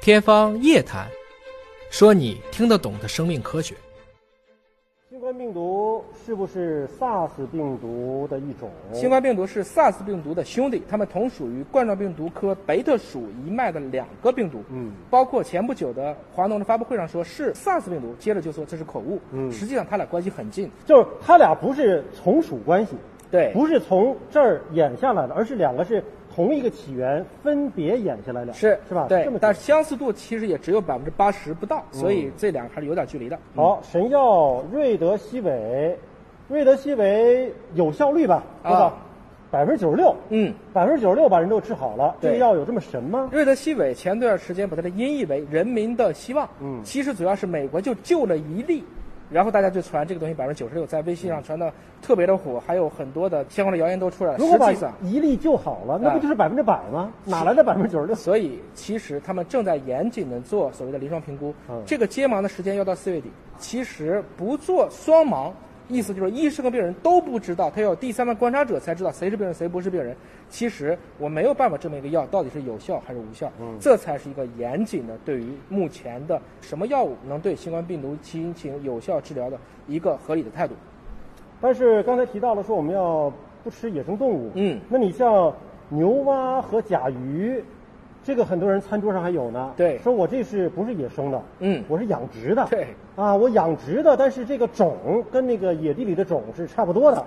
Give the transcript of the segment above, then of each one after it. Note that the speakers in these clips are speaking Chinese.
天方夜谭，说你听得懂的生命科学。新冠病毒是不是 SARS 病毒的一种？新冠病毒是 SARS 病毒的兄弟，它们同属于冠状病毒科贝特属一脉的两个病毒。嗯包括前不久的华农的发布会上说是 SARS 病毒，接着就说这是口误。嗯实际上它俩关系很近。就是它俩不是从属关系，对不是从这儿演下来的，而是两个是同一个起源，分别演下来的，是是吧？对这么，嗯但是相似度其实也只有百分之八十不到，所以这两个还是有点距离的。好，神药瑞德西韦，瑞德西韦有效率吧？啊对吧？百分之九十六，嗯，百分之九十六把人都治好了，这个对药有这么神吗？瑞德西韦前段时间把它的音译为“人民的希望”，嗯其实主要是美国就救了一例，然后大家就传这个东西百分之九十六，在微信上传的特别的火，还有很多的相关的谣言都出来了。如果把实际上，一例救好了，那不啊就是百分之百吗？哪来的百分之九十六？所以其实他们正在严谨的做所谓的临床评估，嗯这个接盲的时间要到四月底。其实不做双盲，意思就是医生和病人都不知道，他要有第三方观察者才知道谁是病人谁不是病人。其实我没有办法证明一个药到底是有效还是无效，这才是一个严谨的对于目前的什么药物能对新冠病毒进行有效治疗的一个合理的态度。但是刚才提到了说我们要不吃野生动物，嗯那你像牛蛙和甲鱼，这个很多人餐桌上还有呢，对说我这是不是野生的？嗯我是养殖的，对，啊，我养殖的，但是这个种跟那个野地里的种是差不多的，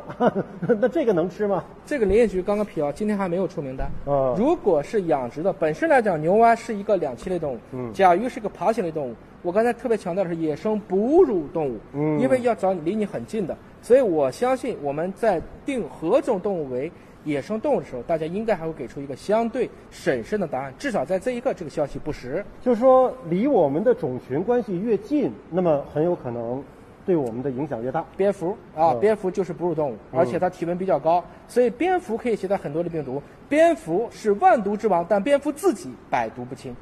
那这个能吃吗？这个林业局刚刚辟谣，今天还没有出名单。嗯如果是养殖的，本身来讲，牛蛙是一个两栖类动物，嗯甲鱼是个爬行类动物。我刚才特别强调的是野生哺乳动物，嗯因为要找你离你很近的，所以我相信我们在定何种动物为野生动物的时候，大家应该还会给出一个相对审慎的答案。至少在这一刻，这个消息不实。就是说离我们的种群关系越近，那么很有可能对我们的影响越大。蝙蝠啊，嗯蝙蝠就是哺乳动物，而且它体温比较高，所以蝙蝠可以携带很多的病毒。蝙蝠是万毒之王，但蝙蝠自己百毒不侵。